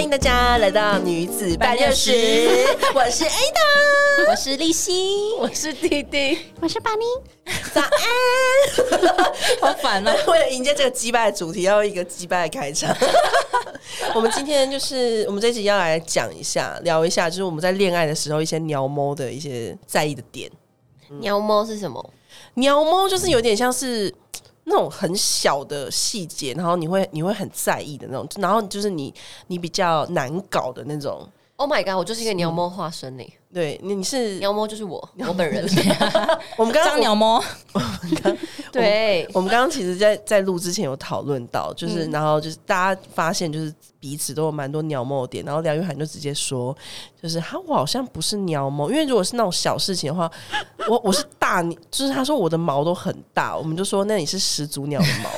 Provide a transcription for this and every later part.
迎大家来到女子半六 十， 我是 Ada，我是立新，我是弟弟，我是巴尼，早安。好烦哦啊！为了迎接这个击败的主题，要一个击败的开场。 我们今天就是我们这一集要来讲一下，聊一下，就是我们在恋爱的时候一些鸟猫的一些在意的点。喵猫是什么？鸟猫就是有点像是那种很小的细节，然后你会你会很在意的那种，然后就是你你比较难搞的那种。 Oh my god！我就是一个牛猫化身呢、对，你你是牛猫就是我， 我本人。 我们刚刚张鸟猫，对，我们刚刚其实在，在录之前有讨论到，就是、然后就是大家发现，就是彼此都有蛮多鸟毛点，然后梁玉涵就直接说，就是他我好像不是鸟毛，因为如果是那种小事情的话， 我我是大，就是他说我的毛都很大，我们就说那你是始祖鸟的毛，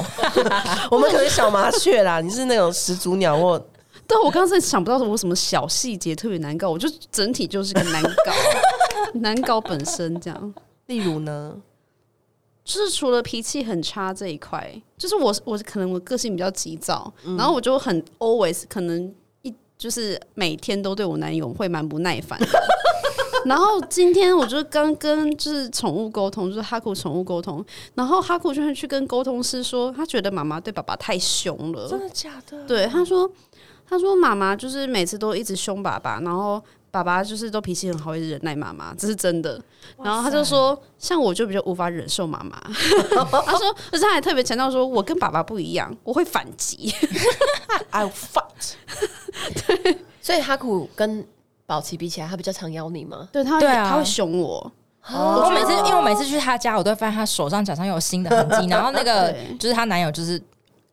我们可能小麻雀啦，你是那种始祖鸟或对，啊我刚才想不到我什么小细节特别难搞，我就整体就是个 难搞，难搞本身这样。例如呢，就是除了脾气很差这一块，就是我我可能我个性比较急躁，嗯然后我就很 always 可能一就是每天都对我男友会蛮不耐烦 的。然后今天我就刚跟就是宠物沟通，就是哈库宠物沟通，然后哈库就是去跟沟通师说，他觉得妈妈对爸爸太凶了，真的假的？对，他说，他说妈妈就是每次都一直凶爸爸，然后爸爸就是都脾气很好，一直忍耐妈妈，这是真的。然后他就说，像我就比较无法忍受妈妈。 他说，而且他还特别强调说，我跟爸爸不一样，我会反击。 ，I fight，所以哈库跟宝奇比起来，他比较常咬你吗？对他，对啊他会凶我。哦我每次因为我每次去她家，我都会发现她手上脚上有新的痕 迹，然后那个对就是她男友就是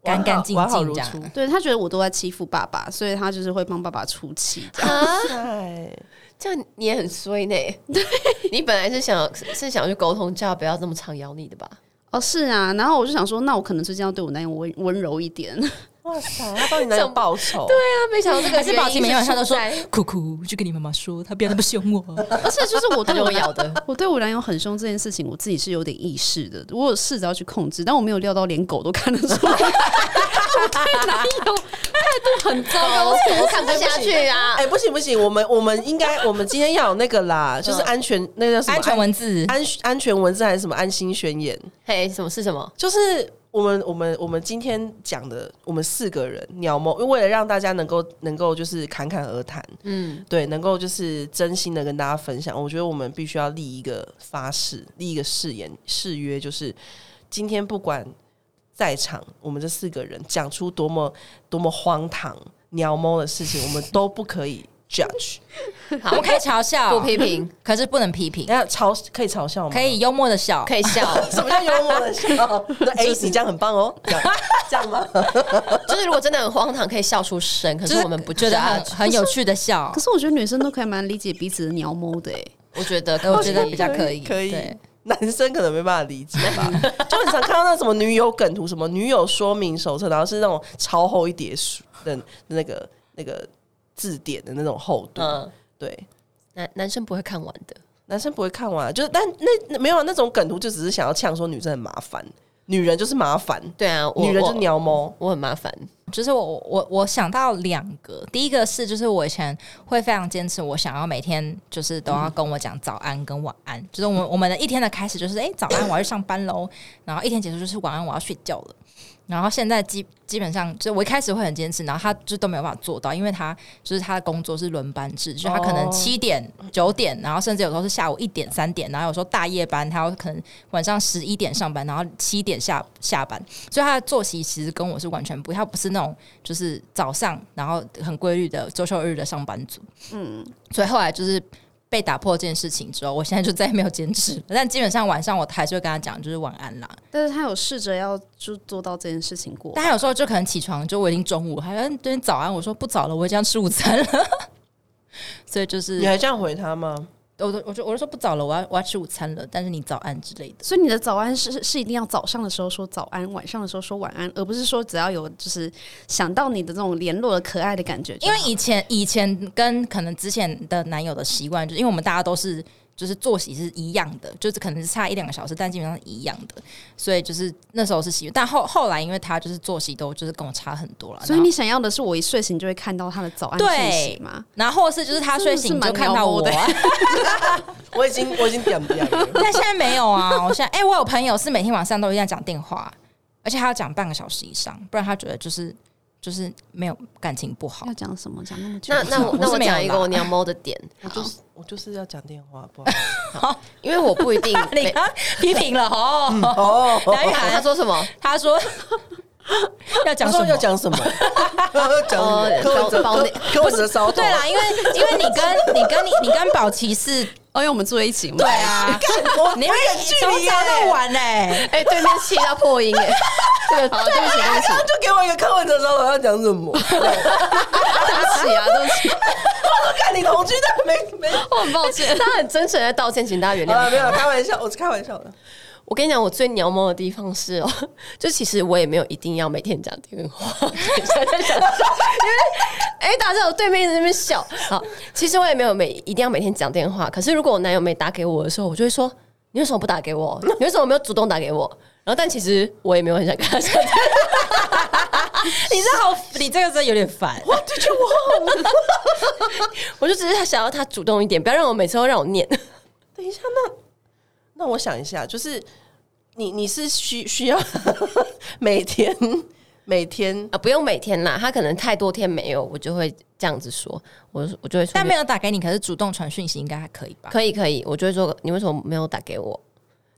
干干净完好净如这初 样。。对他觉得我都在欺负爸爸，所以他就是会帮爸爸出气。啊，对，这样你也很衰呢。你本来是想是想去沟通，叫他不要这么常咬你的吧？ 哦，是啊，然后我就想说，那我可能最近要对我男友温温柔一点。哇塞，他帮你男友报仇，对对啊，没想到这个还是宝琪每晚上都说原因是出哭哭，就跟你妈妈说，她不要那么凶我。而且就是我在对 他就我会咬的，我对我男友很凶这件事情，我自己是有点意识的，我有试着要去控制，但我没有料到连狗都看得出 来，很糟糕， 我看不下去啊 哎、！不行不行，我们我们应该，我们今天要有那个啦，就是安全那个叫什么嗯安全文字，安安全文字还是什么安心宣言，嘿，什么是什么？就是我们我们我们今天讲的，我们四个人鸟猫，为了让大家能够能够就是侃侃而谈，嗯，对，能够就是真心的跟大家分享，我觉得我们必须要立一个发誓，立一个誓言誓约，就是今天不管在场我们这四个人讲出多么多么荒唐鸟猫的事情，我们都不可以 judge。好，我们可以嘲不啊笑，批评，可是不能批评，那嘲可以嘲笑吗？可。以幽默的笑。可以 笑。什么叫幽默的 笑？说哎、你这样很棒哦，这样这样吗？就是如果真的很荒唐，可以笑出声，可是就是我们不觉得很 judge 很有趣的笑可，是我觉得女生都可以蛮理解彼此的鸟猫的、欸，我觉得，我觉得比较可以，可以对。男生可能没办法理解吧， 就很常看到那什么女友梗图，什么女友说明手册，然后是那种超厚一叠书的那个那个字典的那种厚度。嗯，对，男男生不会看完的，男生不会看完啊，就是但那那没有啊那种梗图，就只是想要呛说女生很麻烦，女人就是麻烦，对啊，我女人就我是鸟猫。我很麻烦，就是我我我想到两个，第一个是就是我以前会非常坚持，我想要每天就是都要跟我讲早安跟晚安，就是我们我们的一天的开始就是哎、诶早安我要去上班喽，然后一天结束就是晚安我要睡觉了。然后现在基基本上，就我一开始会很坚持，然后他就都没有办法做到，因为他就是他的工作是轮班制，就是他可能哦七点、九点，然后甚至有时候是下午一点、三点，然后有时候大夜班，他有可能晚上十一点上班，然后七点下下班，所以他的作息其实跟我是完全不一样，他不是那种就是早上然后很规律的周休日的上班族。嗯，所以后来就是被打破这件事情之后，我现在就再也没有坚持了，但基本上晚上我还是会跟他讲就是晚安啦。但是她有试着要就做到这件事情过。但他有时候就可能起床，就我已经中午了，他说嗯今天早安，我说不早了，我已经要吃 午餐了。所以就是你，还这样回他吗？我都我就我就说不早了，我要我要吃午餐了，但是你早安之类的。所以你的早安是是一定要早上的时候说早安，晚上的时候说晚安，而不是说只要有就是想到你的这种联络的可爱的感觉就因好。为以前以前跟可能之前的男友的习惯，就是因为我们大家都是就是作息是一样的，就是可能是差一两个小时，但基本上是一样的。所以就是那时候是喜悦，但后后来因为他就是作息都就是跟我差很多了，所以你想要的是我一睡醒就会看到他的早安讯息对吗？然后或是就是他睡醒就看到我真的是蛮啊，我已经我已经点不了了。 但现在没有啊。我现在哎、我有朋友是每天晚上都一样讲电话，而且他要讲半个小时以上，不然他觉得就是就是没有感情不好 要。讲什么？讲那么久？那那我那我我是没有讲一啦个我娘猫的点， 我就是我就是要讲电话，不好意思。因为我不一 定你每。刚刚批评了嗯哦，哦，梁玉他涵说什么？他 说要讲我什说么？要讲什么？ 要讲哦柯文哲保保柯柯文哲烧头对。啦，因为因为你跟你跟你你跟宝琪是，哦，因为我们住在一起嘛。对， 啊，我你们从耶早到晚哎、哎，对面气到破音 哎！对，好，对不起，对不起，就给我一个柯文哲烧头，要讲什 么？对不起啊，对不起，我看你同居但没没。我很抱 歉。他很真诚的道歉，请大家原好呃了，谅没。有了，开玩笑，我是开玩笑的。我跟你讲，我最鸟毛的地方是哦，就其实我也没有一定要每天讲电话， 等一下在想笑，因为哎、大家有对面在那边笑。好，其实我也没有每一定要每天讲电话，可是如果我男友没打给我的时候，我就会说：“你为什么不打给我？你为什么没有主动打给我？”然后，但其实我也没有很想跟他讲电话。 你这好，你这个真的有点烦。 我就只是想要他主动一点，不要让我每次都让我念。等一下，那那我想一下，就是你你是需需要 每天每天啊，不用每天啦，他可能太多天没有，我就会这样子说，我我就会说， 但没有打给你，可是主动传讯息应该还可以吧？可以可以，我就会说你为什么没有打给我？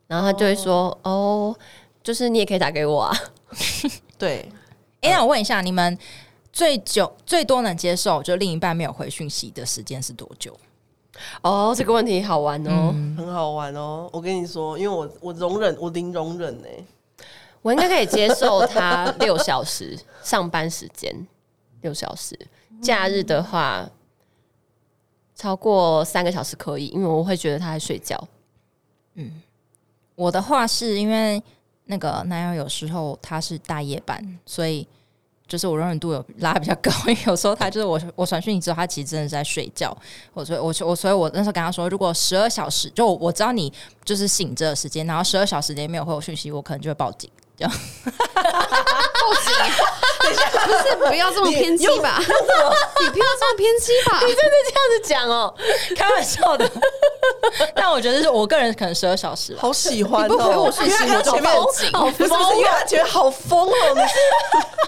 然后他就会说哦就是你也可以打给我啊。对哎、那我问一下，你们最久最多能接受就另一半没有回讯息的时间是多久？哦，这个问题好玩哦，嗯很好玩哦。我跟你说，因为我我容忍我零容忍欸呢、我应该可以接受他六小时上班时间，六小时，嗯假日的话。超过三个小时可以，因为我会觉得他在睡觉。 我的话是因为那个男友有时候他是大夜班，所以就是我容忍度有拉比较高，因为有时候他就是我我传讯息之后，他其实真的是在睡觉。我所以我我所以我那时候跟他说，如果十二小时就我我知道你就是醒着的时间，然后十二小时内没有回我讯息，我可能就会报警。报警！不是，不要这么偏激吧？ 你不要这么偏激吧？真的这样子讲哦、开玩笑的， 但我觉得是我个人可能十二小时吧。好喜欢哦！你不回我讯息因为他我就前面报警好不是啊不是，因为他前面好疯哦！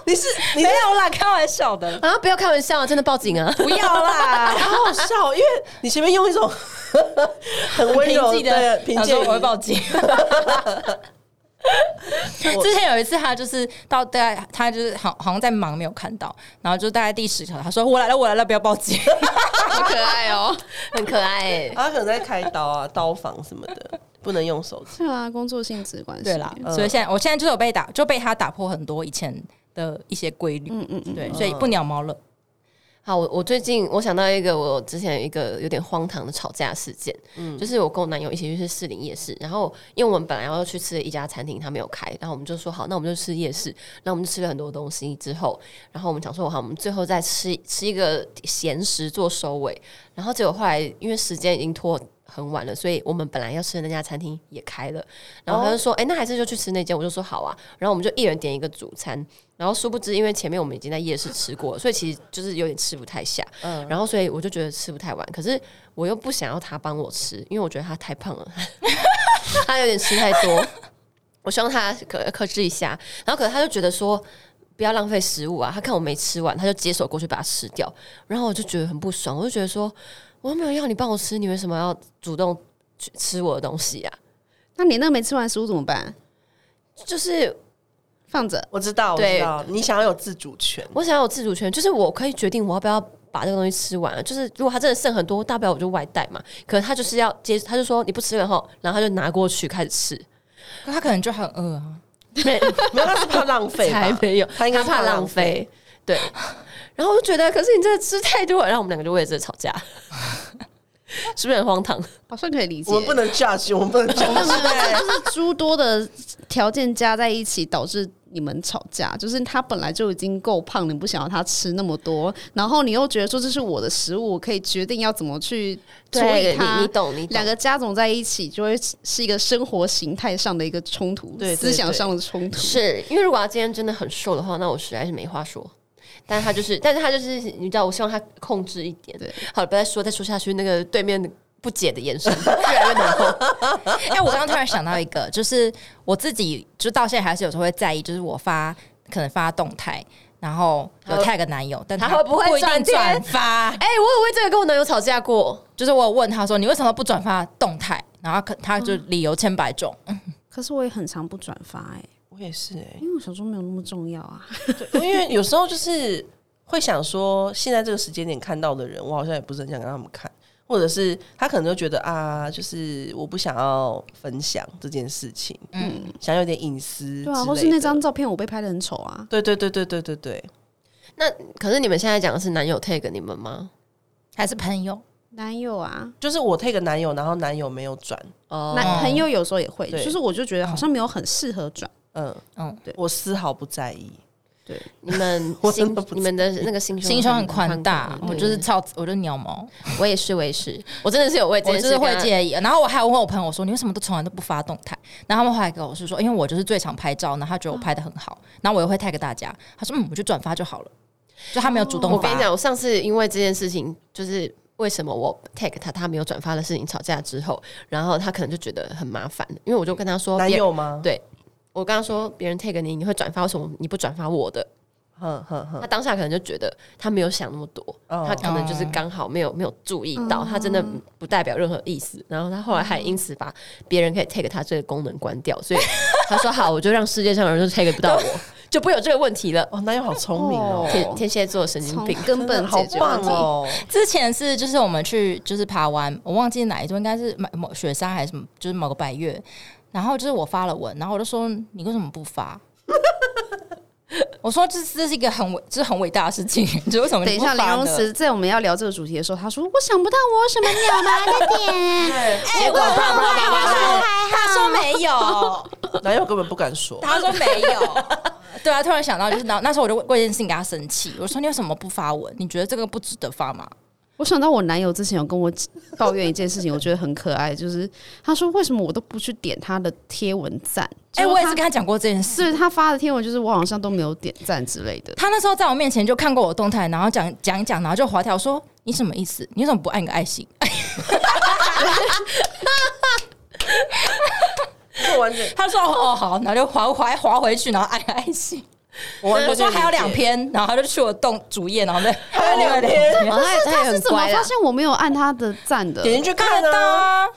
你是你是你没是有啦，开玩笑的，啊，不要开玩笑，真的报警啊！不要啦。好好笑，因为你前面用一种 很温柔平静的对平他静说语我会报警。之前有一次，他就是到大概，他就是好好像在忙，没有看到，然后就大概第十条，他说我来了，我来了，不要报警。好可爱哦！很可爱、欸。他可能在开刀啊、刀房什么的，不能用手机。 对啊，工作性质关系。对啦，所以现在我现在就是有被打，就被他打破很多以前的一些规律。嗯嗯嗯，对，所以不鸟猫了。好，我我最近我想到一个，我之前有一个有点荒唐的吵架事件，就是我跟我男友一起去吃士林夜市，然后因为我们本来要去吃的一家餐厅，他没有开，然后我们就说好，那我们就吃夜市，然后我们就吃了很多东西之后，然后我们想说好，我们最后再吃吃一个咸食做收尾，然后结果后来因为时间已经拖很晚了，所以我们本来要吃的那家餐厅也开了，然后他就说，哎、那还是就去吃那间，我就说好啊，然后我们就一人点一个主餐，然后殊不知因为前面我们已经在夜市吃过了，所以其实就是有点吃不太下，然后所以我就觉得吃不太完，可是我又不想要他帮我吃，因为我觉得他太胖了， 他有点吃太多，我希望他克克制一下。然后可是他就觉得说不要浪费食物啊，他看我没吃完，他就接手过去把它吃掉。然后我就觉得很不爽，我就觉得说我又没有要你帮我吃，你为什么要主动去吃我的东西啊？那你那个没吃完食物怎么办？就是放着。我知道，我对知道，你想要有自主权。我想要有自主权，就是我可以决定我要不要把这个东西吃完啊。就是如果他真的剩很多，大不了我就外带嘛。可是他就是要接，他就说你不吃了后，然后他就拿过去开始吃。他可能就很饿啊，没没有，他是怕浪费吧， 才没有，他应该是怕浪浪费。费。对，然后我就觉得，可是你真的吃太多了，然后我们两个就为了这吵架，是不是很荒唐？好像可以理解。我们不能 judge，我们不能 judge。没有没有，这就是诸多的条件加在一起导致你们吵架，就是他本来就已经够胖，你不想要他吃那么多，然后你又觉得说这是我的食物，我可以决定要怎么去处理对它。你你懂你懂两个家总在一起，就会是一个生活形态上的一个冲突，对对思想上的冲突。是因为如果他今天真的很瘦的话，那我实在是没话说。但是他就是，但是他就是，你知道，我希望他控制一点。对，好了，不要再说，再说下去，那个对面不解的眼神越来越浓厚。哎，我刚刚突然想到一个，就是我自己，就到现在还是有时候会在意，就是我发可能发动态，然后有 tag 男友，但他会不不会一定转贴转发？哎、我有为这个跟我男友吵架过，就是我有问他说你为什么不转发动态，然后可他嗯就理由千百种。可是我也很常不转发哎、我也是哎、因为我想说没有那么重要 啊。对 因为有时候就是会想说，现在这个时间点看到的人，我好像也不是很想让他们看，或者是他可能就觉得啊，就是我不想要分享这件事情，嗯，想有点隐私，对啊，或是那张，照片我被拍的很丑啊。对对对对对对对，那可是你们现在讲的是男友 tag 你们吗？还是朋友，男友啊，就是我 take 个男友，然后男友没有转，哦男朋友有时候也会，对就是我就觉得好像没有很适合转。嗯嗯，对我丝毫不在意，对，你们我真心的不知你们的那个心胸心胸很宽大，对我就是超，我就鸟毛，我也是，我也是，我真的是有为这我件就事是会跟他介意。然后我还有问我朋友说，你为什么都从来都不发动态？然后他们后来跟我是说，因为我就是最常拍照，然后他觉得我拍的很好，然后我又会 tag 大家。他说，嗯，我就转发就好了，就他没有主动发。我跟你讲，我上次因为这件事情，就是为什么我 tag 他，他没有转发的事情吵架之后，然后他可能就觉得很麻烦，因为我就跟他说，男别人友吗？哦对我刚刚说别人 tag 你，你会转发，为什么你不转发我的？哼哼哼，他当下可能就觉得他没有想那么多，哦他可能就是刚好没有没有注意到，他真的不代表任何意思。然后他后来还因此把别人可以 take 他这个功能关掉，所以他说好，我就让世界上的人都 take 不到我，就不会有这个问题了。哦，男友好聪明哦，天天蝎座神经 病从，根本好解决棒问题。哦，之前是就是我们去就是爬完，我忘记哪一座，应该是某某雪山还是什么，就是某个百越。然后就是我发了文，然后我就说你为什么不发？ 我说这这是一个很伟，这是很伟大的事情，就是为什么等你一不发下，呢林荣慈在我们要聊这个主题的时候，他说：“我想不到我有什么鸟毛的点。哎，我很啪啪啪啪啪说他说没有，男友根本不敢说， 他说没有。 对啊，突然想到就是那那时候我就为一件事情跟他生气，我说你为什么不发文？你觉得这个不值得发吗？”我想到我男友之前有跟我抱怨一件事情，我觉得很可爱，就是他说：“为什么我都不去点他的贴文赞？”哎、我也是跟看，他讲过这件事。是他发的贴文，就是我好像都没有点赞之类的。他那时候在我面前就看过我动态，然后讲讲一讲，然后就划掉说：“你什么意思？你怎么不按个爱心这完全？”他说：“哦， 好。”然后就划划划回去，然后按个爱心。我完全我说可以还有理解两，篇，然后他就去我动主页，然后再还有 两篇，然后他也他是也很怎么乖发啦。现我没有按他的赞的？点进去看看到啊。啊，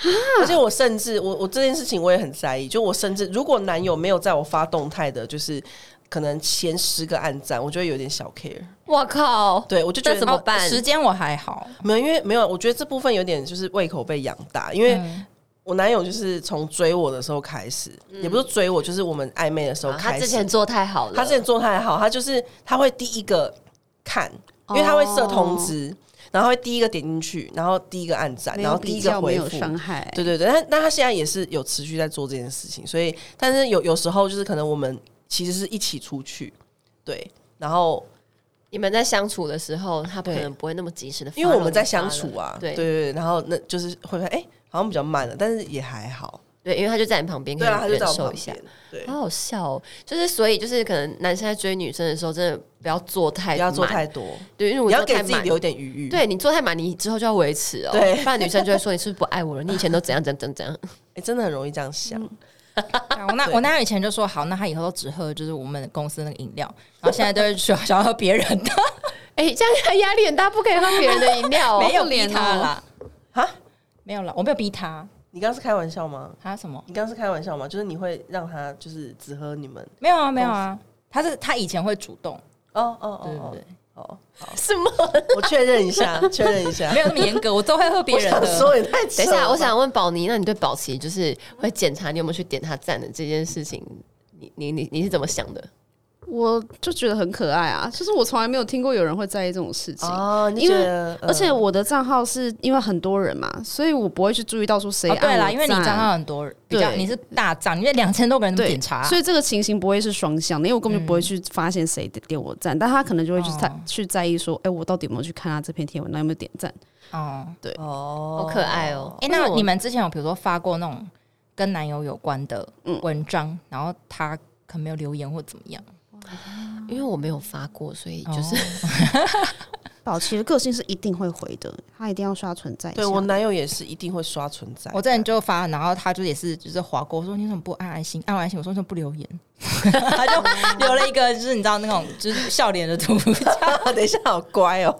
而且我甚至我我这件事情我也很在意，就我甚至如果男友没有在我发动态的，就是可能前十个暗赞，我就会有点小 care。我靠，对我就觉得那怎么哦办时间我还好，没有，因为没有，我觉得这部分有点就是胃口被养大，因为嗯我男友就是从追我的时候开始，也不是追我，就是我们暧昧的时候啊他开之始。前做太好了，他之前做太好，他就是他会第一个看，因为他会设通知，然后会第一个点进去，然后第一个按赞，没然有后第比一个较，没回有复。伤害。对对对，但但他现在也是有持续在做这件事情，所以但是有有时候就是可能我们其实是一起出去，对，然后你们在相处的时候，他可对能不会那么及时的，因为我们在相处啊，对对对，然后那就是会发现哎、好像比较慢了，但是也还好，对，因为他就在你旁边，可对啊，他以就忍在我受旁一下边。，对，好好笑哦，就是所以就是可能男生在追女生的时候，真的不要做太不要做满太多，对，因为我你要做给太嗯自己满，留点余裕，，对你做太满，你之后就要维持哦，对不然女生就会说你是不是不爱我了，你以前都怎样怎样怎样 怎样。哎，真的很容易这样想，嗯对 啊我那对我那以前就说好，那他以后都只喝就是我们公司那个饮料，然后现在都是想想要喝别人的，哎，这样他压力很大，不可以喝别人的饮料 哦。没有可逼怜他哦啦，哈，没有啦，我没有逼他，你刚刚是开玩笑吗？他什么？你刚刚是开玩笑吗？就是你会让他就是只喝你们，没有啊，没有啊，他是他以前会主动，哦哦对对哦对，哦哦， 什么？我确认一下，确认一下没，有那么严格，我都会喝别我人想的。说也太扯等一下，啊了我吧想问宝妮，那你对宝琦就是会检查你有没有去点他赞的这件事情，你你你你是怎么想的？我就觉得很可爱啊，就是我从来没有听过有人会在意这种事情。哦，你因为觉得而且我的账号是因为很多人嘛，所以我不会去注意到说谁哦按、，对啦，因啊为你账号很多，比较对你是大账，因为两千多个人对点查，所以这个情形不会是双向的，因为我根本就不会去发现谁点点我赞，但他可能就会去在、去在意说，哎、我到底有没有去看他这篇贴文，那有没有点赞？哦，哦，好可爱哦。哎、为那我你们之前有比如说发过那种跟男友有关的文章，嗯然后他可能没有留言或怎么样，因为我没有发过，所以就是、哦 宝琪的个性是一定会回的，他一定要刷存在一下。对我男友也是一定会刷存在，我之 前就发，然后他就也是就是划过，我说你怎么不按爱心？按完爱心，我说你怎么不留 言？他就留了一个就是你知道那种就是笑脸的图，等一下好乖哦，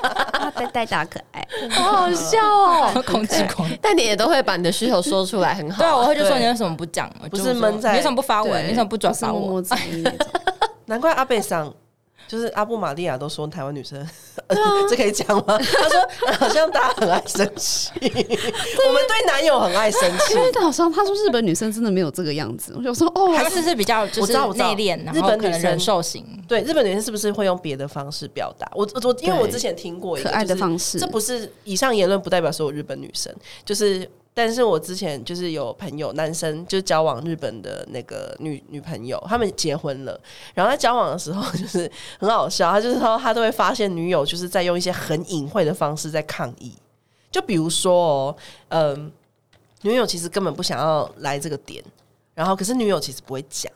他呆呆打可爱，好好笑哦。控制狂。 但你也都会把你的需求说出来，很好对 啊，啊。我会就说对你为什么不讲？我不就是说闷在你为什么不发 对文？你为什么不转是发默我默？之一那种难怪阿贝桑。就是阿布玛利亚都说台湾女生，啊 这可以讲吗？他说呃好像大家很爱生 气，我们对男友很爱生气 因。为好像他说日本女生真的没有这个样子，我就说哦，还是是比较就我是知道我知道内敛，然日后本可女能生忍受型。对，日本女生是不是会用别的方式表达？我我因为我对之前听过一个可爱的就是方式，这不是以上言论不代表所有日本女生，就是，但是我之前就是有朋友男生就是交往日本的那个女女朋友，他们结婚了，然后在交往的时候就是很好笑，他就是说他都会发现女友就是在用一些很隐晦的方式在抗议，就比如说哦，嗯，女友其实根本不想要来这个点，然后可是女友其实不会讲。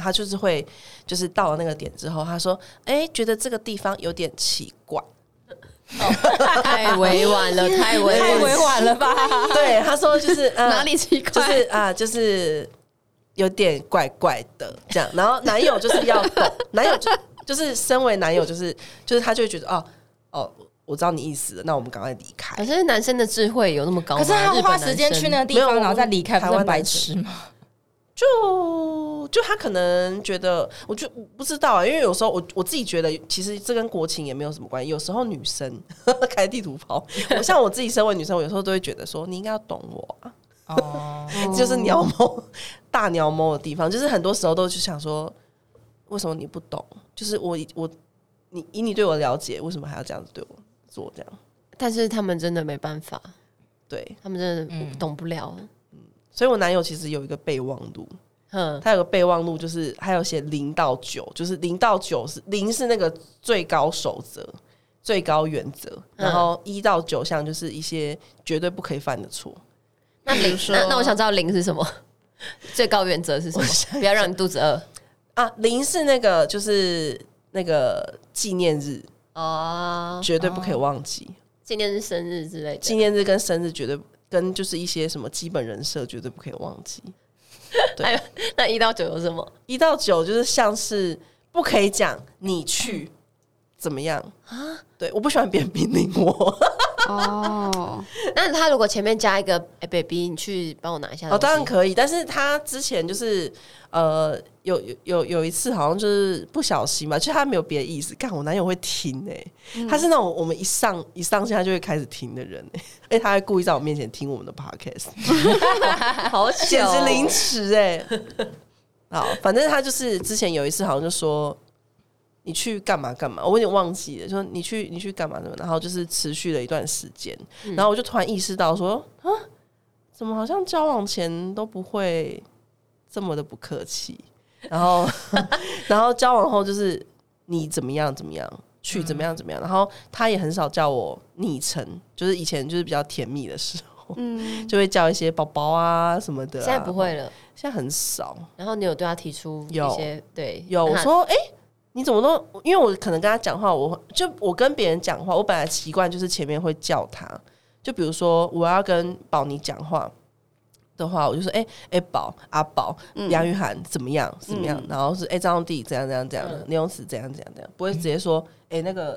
他就是会，就是到了那个点之后，他说：“哎、觉得这个地方有点奇怪。”太委婉 了，太委太婉委了。婉了吧？ 对，他说就是、呃、哪里奇就怪？是啊、就是有点怪怪的这样。然后男友就是要懂， 男友就就是身为男友，就是就是他就会觉得哦哦，我知道你意思了，那我们赶快离开可。是男生的智慧有那么高啊吗？可是他日本花男时间生去那个地没方，有然后再离开，不台是湾很白男生痴吗？就就他可能觉得，我就我不知道啊，因为有时候我我自己觉得，其实这跟国情也没有什么关系。有时候女生 开地图炮，我像我自己身为女生，我有时候都会觉得说，你应该要懂我啊。哦，就是鸟猫大鸟猫的地方，就是很多时候都去想说，为什么你不懂？就是我我你以你对我的了解，为什么还要这样子对我做这样？但是他们真的没办法，对，他们真的嗯懂不了。所以我男友其实有一个备忘录，嗯，他有个备忘录，就是还有写零到九，就是零到九是零是那个最高守则、最高原则，然后一到九项就是一些绝对不可以犯的错。那比如零说那那我想知道零是什么， 最高原则是什么？不要让你肚子饿啊，零是那个就是那个纪念日，哦，绝对不可以忘记。纪念日、生日之类纪的。念日跟生日绝对跟就是一些什么基本人设绝对不可以忘记。那一到九有什么一到九就是像是不可以讲你去怎么样啊？对，我不喜欢别人命令我。哦， 那他如果前面加一个，哎、b a b y 你去帮我拿一下。哦，当然。可以，但是他之前就是呃有有有有一次好像就是不小心嘛，就他没有别的意思。干，我男友会听哎、他是那种我们一上一上线他就会开始听的人哎、 而且他还故意在我面前听我们的 podcast。 好哦 巧简直凌迟哎、好，反正他就是之前有一次好像就说你去干嘛干嘛，我有点忘记了，说你去你去干嘛什么，然后就是持续了一段时间，然后我就突然意识到说啊，怎么好像交往前都不会这么的不客气，然后 然后交往后就是你怎么样怎么样。去怎么嗯样怎么样，然后他也很少叫我昵称，就是以前就是比较甜蜜的时候，就会叫一些宝宝啊什么的、啊。嗯现在不会了。现在很少。然后你有对他提出一有些对，有我那说，哎、你怎么都？因为我可能跟他讲话，我就我跟别人讲话，我本来习惯就是前面会叫他，就比如说我要跟宝妮讲话。的话，我就说，哎、哎，宝、阿宝、嗯杨玉涵怎么样？怎么样？然后是哎、张张帝怎样怎样怎嗯样的，刘永慈怎样怎样怎样，不会直接说，哎、那个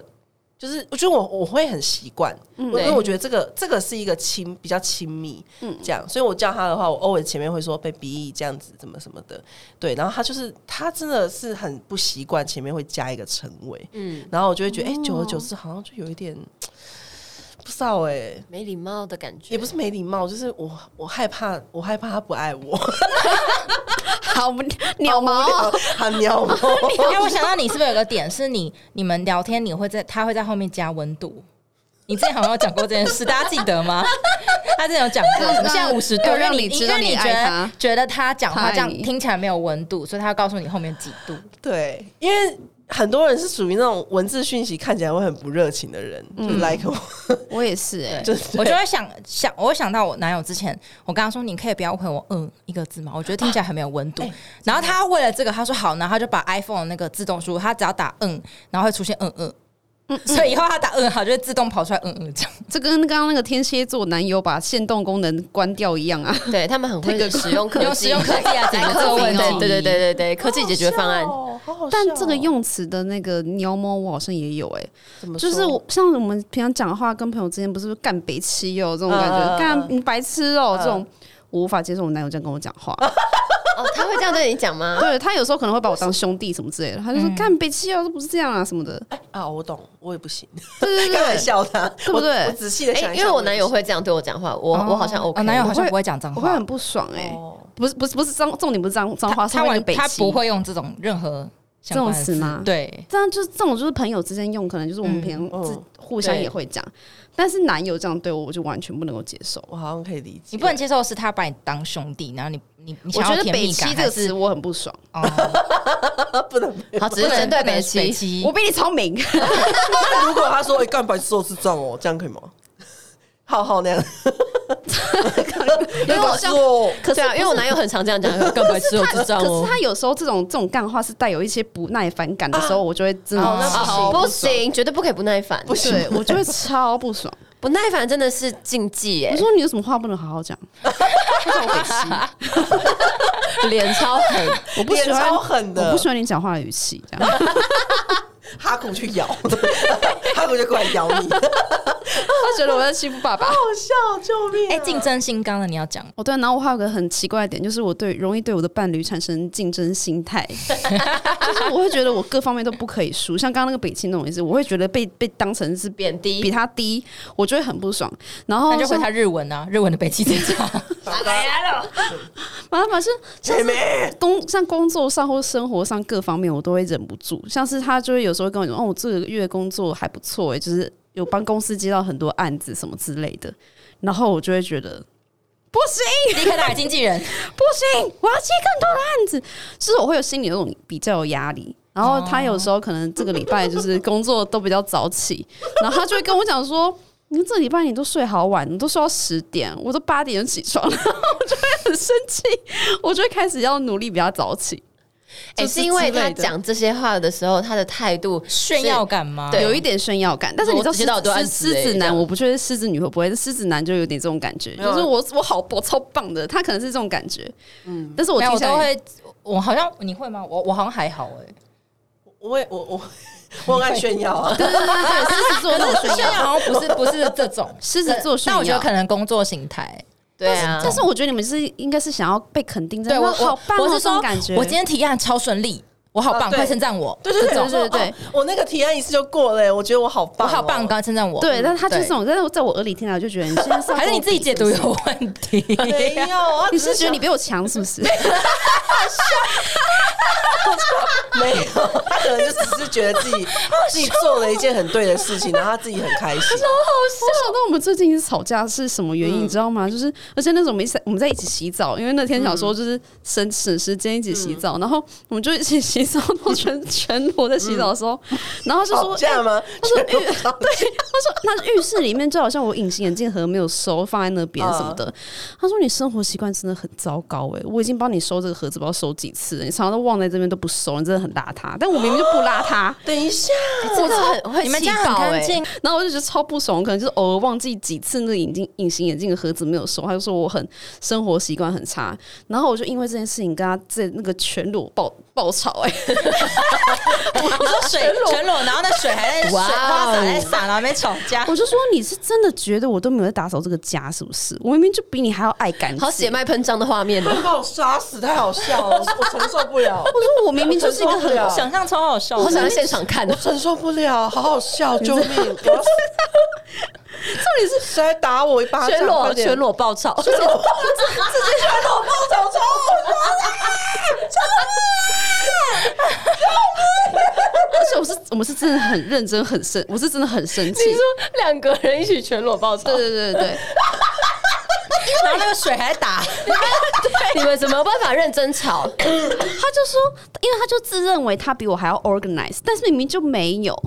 就是，我觉得我我会很习惯，因为嗯对嗯我觉得这个这个是一个亲比较亲密，这样，所以我叫他的话，我偶尔前面会说被 baby 这样子怎么什么的，对，然后他就是他真的是很不习惯前面会加一个称谓，嗯，然后我就会觉得，哎、久而久之好像就有一点不知道哎、没礼貌的感觉，也不是没礼貌，就是我我害怕我害怕他不爱我， 好鸟毛 啊、很鸟毛。哎，我想到你是不是有个点是你你们聊天，你会在他会在后面加温度。你之前好像有讲过这件 事，大家记得吗？他之前有讲过，让什么现在五十度，要因为让你你知道因为你你觉爱得他觉得他讲话他爱这样你听起来没有温度，所以他要告诉你后面几度。 对，因为很多人是属于那种文字讯息看起来会很不热情的人，就是 like 我， 我也是哎、就是 我就会想想，我会想到我男友之前，我跟他说你可以不要回我嗯一个字嘛，我觉得听起来很没有温啊哎度。然后他为了这个，他说好，然后他就把 iPhone 的那个自动输入，他只要打嗯，然后会出现嗯嗯。所以以后他打嗯好，就会自动跑出来嗯嗯这样。这跟刚刚那个天蝎座男友把限动功能关掉一样啊！对他们很会使用科用技，使用科技来解决这个问题对对对对对对，科技解决方案。好好笑哦但这个用词的那个喵猫，我好像也有哎、怎么就是说我像我们平常讲话跟朋友之间不是干北七哦这种感嗯嗯嗯觉，干你白痴哦、嗯这种。我无法接受我男友这样跟我讲话，哦，他会这样对你 讲吗？对他有时候可能会把我当兄弟什么之类的，他就说嗯干北七哦，这不是这样啊什么的，啊，我懂，我也不行，对对开玩对，笑他，对不对我我仔细的哎、想一想，因为我男友会这样对我讲话，我、我好像哦 OK，男友我好像会不会讲脏我会话很，不爽哎、哦不是不是不是脏，重点不是脏脏话，是他那个完北他七不会用这种任何这相种关的词吗？对，这样就是这种就是朋友之间用，可能就是我们平嗯常自嗯互相对也会讲，但是男友这样对我，我就完全不能够接受。我好像可以理解，你不能接受是他把你当兄弟，然后你你你我想要觉得“甜北蜜七感”这个还词是我很不爽，哦， 不能。好，只是针对北七七。七我比你聪 明，那如果他说哎干白痴哦是这样哦，这样可以吗？浩浩那 样，因为我白痴哦，可是、啊，因为我男友很常这样讲， 更白痴，我智障可是哦。他有时候这种这种干话是带有一些不耐烦感的时候，我就会真哦那的不行超不爽，行，绝对不可以不耐烦。不行对我就会超不 爽。不耐烦真的是禁忌耶我，说你有什么话不能好好讲？ 他叫我北七， 脸超狠。我不喜脸欢超狠的我不喜欢你讲话的语气，这样哈古去咬， 哈古就过来咬你，好 他觉得我在欺负爸爸。笑，救命、啊！哎，竞争心刚的你要讲，哦，对啊，然后我还有个很奇怪的点，就是我对容易对我的伴侣产生竞争心态， 就是我会觉得我各方面都不可以输，像刚刚那个北青那种也是，我会觉得被被当成是比贬低比他低，我就会很不爽。然后那就回像他日文啊，日文的北极警察。麻烦是像姐是妹，工像工作上或生活上各方面，我都会忍不住。像是他就会有时候会跟我讲，哦，我这个月工作还不错、欸，就是有帮公司接到很多案子什么之类的，然后我就会觉得不行。立刻打经纪人，不行，我要接更多的案子，就是我会有心里有种比较有压力。然后他有时候可能这个礼拜就是工作都比较早起， 然后他就会跟我讲说：“嗯你看这礼拜你都睡好晚，你都睡到十点，我都八点就起床了。”然 后我就会很生气，我就会开始要努力比他早起。哎、就是是因为之类他的讲这些话的时候，他的态度炫耀感吗？对有一点炫耀感，但是你知道我只知道我都狮按子死欸狮子这男，样我不确定狮子女会不会，狮子男就有点这种感觉，没有啊就是我我好我超棒的，他可能是这种感觉，嗯，但是我没有，听我起来都 会，我好像你会吗？我我好像还好哎、我也我我我很爱炫耀啊，对对对对，对狮子座那种炫耀好像不是不是这种狮子座炫但耀我觉得可能工作形态。对啊，但是我觉得你们是应该是想要被肯定，对我真的好我棒、哦，我是这种说，感觉。我今天提案超顺利，我好啊棒，对快称赞我。 对对对这种对对对，哦我那个提案一次就过了、欸我觉得我好我棒、哦好棒，，刚称赞我。嗯对，但他就是这对种，但是在我耳里听来就觉得你现在是要 还是你跟自我己比解读是不是有啊问题。没 有，我你只是觉得想你比我强是不是？没有，他可能就只是觉得自 己自己做了一件很对的事情，然后他自己很开心。我想到我们最近一次吵架是什么原嗯因，你知道吗？就是而且那时候我们一起在我们在一起洗澡，因为那天想嗯说就是省省时间一起洗澡，然后我们就一起洗澡，然后全全裸在洗澡的时候，嗯然后就吵说架吗？他说全部浴吵 对，他说那浴室里面就好像我隐形眼镜盒没有收放在那边什么的。嗯他说你生活习惯真的很糟糕哎、我已经帮你收这个盒子，不知道收几次了，你常常都忘在这边都不收，你真的很邋遢。但我明明就不邋遢，等一下，真的很 会你们气家很爆哎干净，然后我就觉得超不爽，我可能就是偶尔忘记几次那个眼镜隐形眼镜的盒子没有收，他就说我很生活习惯很差。然后我就因为这件事情跟他在那个全裸爆爆吵哎、你说水全裸，然后那水还在水哇哦花洒在洒，然后没吵架。我就说你是真的觉得我都没有在打扫这个家是不是？我明明就比你还要爱干净， 好血脉喷张的画 面哦、把我杀死，太好笑 了，我承受不了，我说我明明就是一个我承受不很了想象超好笑的，好想在现场看我哦、承受不了，好好笑，救命！我要死这里是谁来打我一巴掌？ 全快裸点 全，裸爆炒，全裸，自己全裸暴走，超好笑的而且我是我们是真的很认真，很生，我是真的很生气。你说两个人一起全裸爆炒对，对对对，然后那个水还打，你们怎么有办法认真 吵？他就说，因为他就自认为他比我还要 organize，但是明明就没有，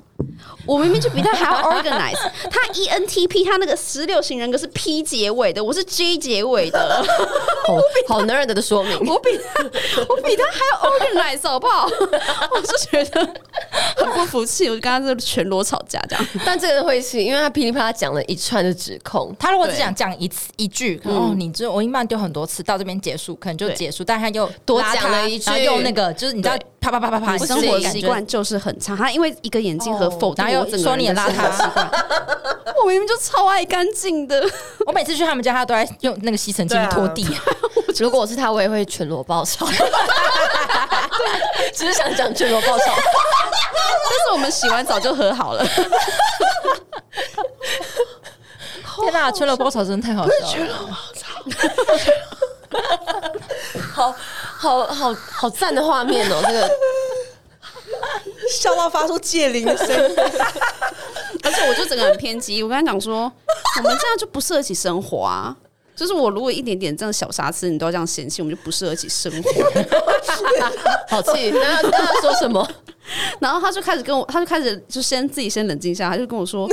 我明明就比他 还要 organize。他 E ENTP，他那个十六型人格是 P 结尾的，我是 J 结尾 的，好好能忍的说明，我比他我比他还要 organize，好 不好？我就觉得很不服气，我就跟他是全裸吵架这样。但这个人会气，因为他噼里啪啦讲了一串的指控。他如果只想讲一次一句，可能哦，你这我已经帮你丢很多次，到这边结束，可能就对结束，但他又多拉讲他了一句然后又那个就是你知道对啪啪啪啪啪，我你生自己活感习觉哦惯就是很差，他因为一个眼睛和否定然后我又整说个你人很的邋生活习遢。惯，我明明就超爱干净的。 我每次去他们家，他都在用那个吸尘器对啊拖地，如果我是他，我也会全裸爆 炒。只是想讲全裸爆炒，但是我们洗完澡就和好了，天哪，全裸包炒真的太好笑了。好好好好赞的画面哦！这 个笑到发出戒灵的声音。而且我就整个很偏激。我跟他讲说，我们这样就不适合一起生活啊。就是我如果一点点这样小瑕疵，你都要这样嫌弃，我们就不适合一起生活。好气，那要那要说什么？然后他就开始跟我，他就开始就先自己先冷静一下，他就跟 我说，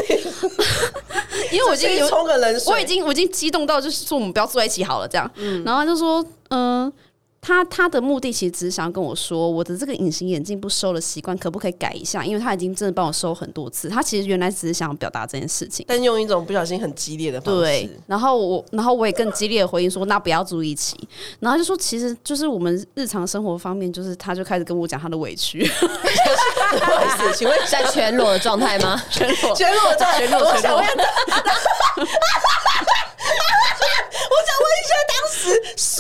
因为我已经有先冲个冷水，我已经我已经激动到就是说我们不要坐在一起好了这样，然后他就说，嗯、他他的目的其实只是想要跟我说，我的这个隐形眼镜不收的习惯可不可以改一下？因为他已经真的帮我收很多次，他其实原来只是想要表达这件事情。但用一种不小心很激烈的方式。对，然后我，然后我也更激烈的回应说，那不要住一起。然后他就说，其实就是我们日常生活方面，就是他就开始跟我讲他的委屈，不好意思，请问在全裸的状态吗？全裸全裸照，全裸我想全问裸，我想问一下，当时水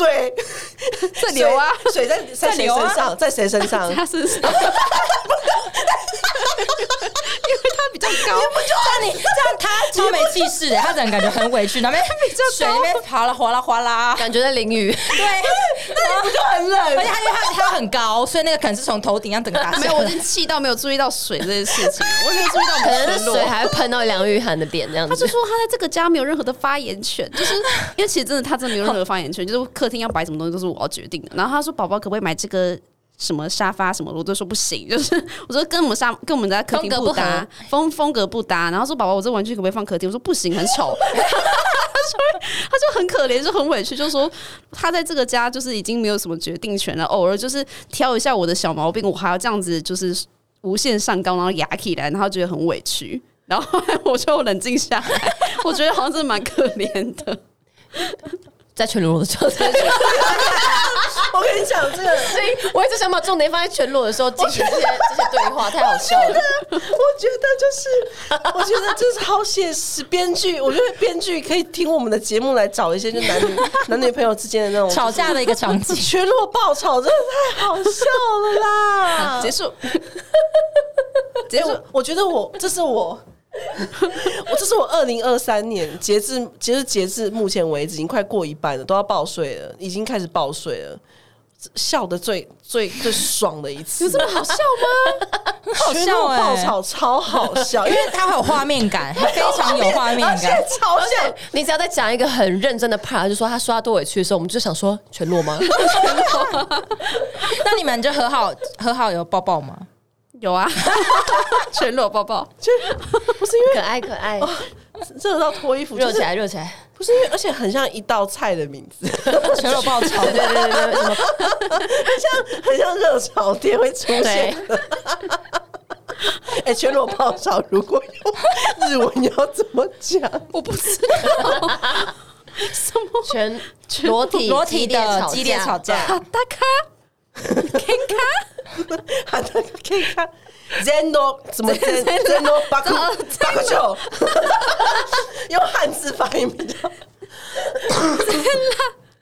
这流啊，水水在在谁流啊身上？在谁身 上？他是，因为他比较高，但你这样他超没气势的，他整个感觉很委屈，那边水那边哗啦哗啦哗啦，感觉在淋雨， 对，不就很冷而且？他因为他他很高，所以那个可能是从头顶上整个打下没有，我已来。经气到没有注意到水这件事情，我只有注意到我可能们是全裸水。还喷到梁玉涵的脸这样 他就子。说他在这个家没有任何的发言权，就是因为其实真的他真的没有任何发言权，就是客厅要摆什么东西都是我要决定的。然后他说宝宝可不可以买这个什么沙发什么的，我就说不行， 就是我说跟我们沙跟我们家客厅风格不搭合，风风格不搭。然后说宝宝我这玩具可不可以放客厅？我说不行，很 丑。他就他就很可怜，就很委屈，就说他在这个家就是已经没有什么决定权了，偶尔就是挑一下我的小毛病，我还要这样子就是无限上纲，然后压起来，然后觉得很委屈。然后 后来我就冷静下来，我觉得好像真的蛮可怜的。 在全裸的状 态，我跟你讲，这个所以我一直想把重点放在全裸的时候进行这些这些对话，太好笑了。 我觉得就是，我觉得这是好写实。编剧，我觉得编剧可以听我们的节目来找一些就男女 男女朋友之间的那种吵架的一个场景，全裸爆吵，真的太好笑了 啦！结束，结果我觉得我这是我。 我这是我二零二三年截至，其实截至目前为止已经快过一半了，都要报税了，已经开始报税了，笑的最最最爽的一次，有这么好笑 吗？好全裸笑爆哎、炒超好 笑，因因为为它会有画面感，它非常有画面而且感。超而像且你只要在讲一个很认真的 part，就说他说他多委屈的时候，我们就想说全裸吗？那你们就和好和好有抱抱吗？有啊， 全裸抱抱，不是因为可爱可爱，热到脱衣服，就热起是来热起来，不是因为，而且很像一道菜的名字， 全裸 爆炒对对对对对，什么很像热炒店会出现的。哎、全裸泡澡如果有日文要怎么讲？我不知全裸体裸体的激激烈烈吵吵架，架，大咖， 好的，可以看 Zeno 怎么 Zen- Zeno 八库八库九，用汉字发音比较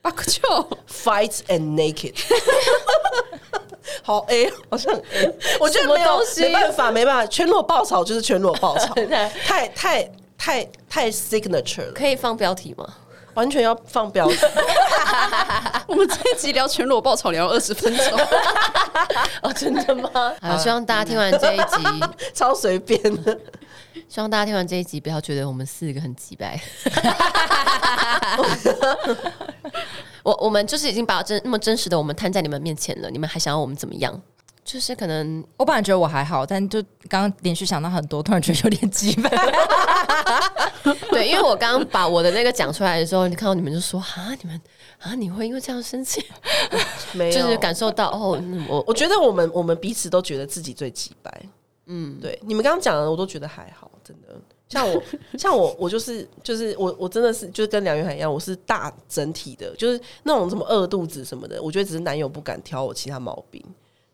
巴克丘。 Fight and Naked。好 A，好像 A，我觉得没什么有东西没办法，没办法，全裸爆炒就是全裸爆炒 对，太太太太 signature 了。可以放标题吗？完全要放标准。我们这一集聊全裸爆炒聊了二十分 钟，哦，真的吗？好，希望大家听完这一集， 超随便的，希望大家听完这一集不要觉得我们四个很鸡掰。我我们就是已经把真那么真实的我们摊在你们面前了，你们还想要我们怎么样？就是可能我本来觉得我还好，但就刚刚连续想到很多，突然觉得有点鸡掰。 对，因为我刚刚把我的那个讲出来的时候，你看到你们就说啊，你们啊，你会因为这样生气，没有。就是感受到哦，嗯我我觉得我们我们彼此都觉得自己最鸡掰。嗯，对，你们刚刚讲的我都觉得还好，真的。像我，像我，我就是就是我，我真的是就是跟梁元涵一样，我是大整体的，就是那种什么饿肚子什么的，我觉得只是男友不敢挑我其他毛病，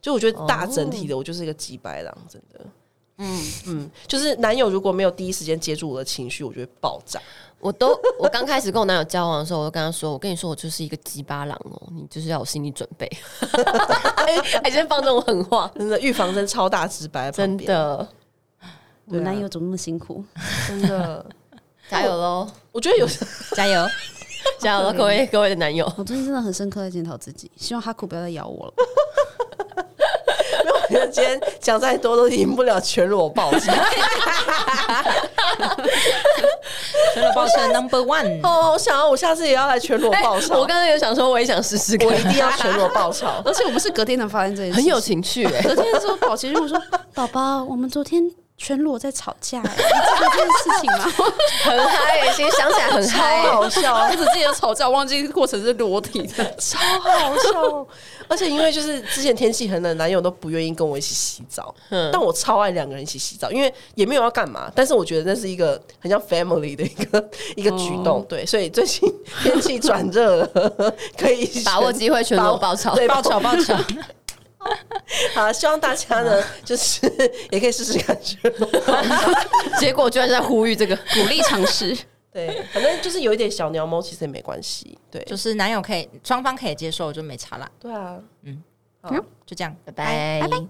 就我觉得大整体哦的我就是一个鸡掰狼，真的。 嗯嗯，就是男友如果没有第一时间接住我的情绪，我就会爆炸。我都 我刚开始跟我男友交往的时候，我就跟他说，我跟你说，我就是一个鸡巴狼哦，你就是要有心理准备， 哎还先放这种狠话，真的，预防针超大直白，真，的我们男友怎么那么辛苦？真的。加油 喽，我觉得有 加油！加油喽，各位各位的男友，我最近真的很深刻在检讨自己，希望哈库不要再咬我了。。因为今天讲再多都赢不了全裸爆炸。全裸报是 number one，哦，我想要，我下次也要来全裸爆炒，哎我刚才有想说，我也想试试看我，一定要全裸爆 炒而且我们是隔天才发现这件事，很有。情趣哎、隔天之后，保洁就 说：“宝宝，我们昨天全裸在吵架、欸，你记得这件事情吗很嗨、欸，其实想起来很嗨、欸，好笑， 我只记得吵架，忘记过程是裸体的。超好笑！而且因为就是之前天气很冷，男友都不愿意跟我一起洗澡，嗯但我超爱两个人一起洗澡，因为也没有要干嘛，但是我觉得那是一个很像 family 的一个一个举动，哦对，所以最近天气转热了，可以 把握机会全裸爆炒，炒对，爆炒爆炒，好，希望大家呢，就是也可以试试看全裸爆炒。 结果居然在呼吁这个，鼓励尝试，对，反正就是有一点小鸟猫，其实也没关系。对，就是男友可以，双方可以接受，就没差啦。对啊，就这样，拜拜。拜拜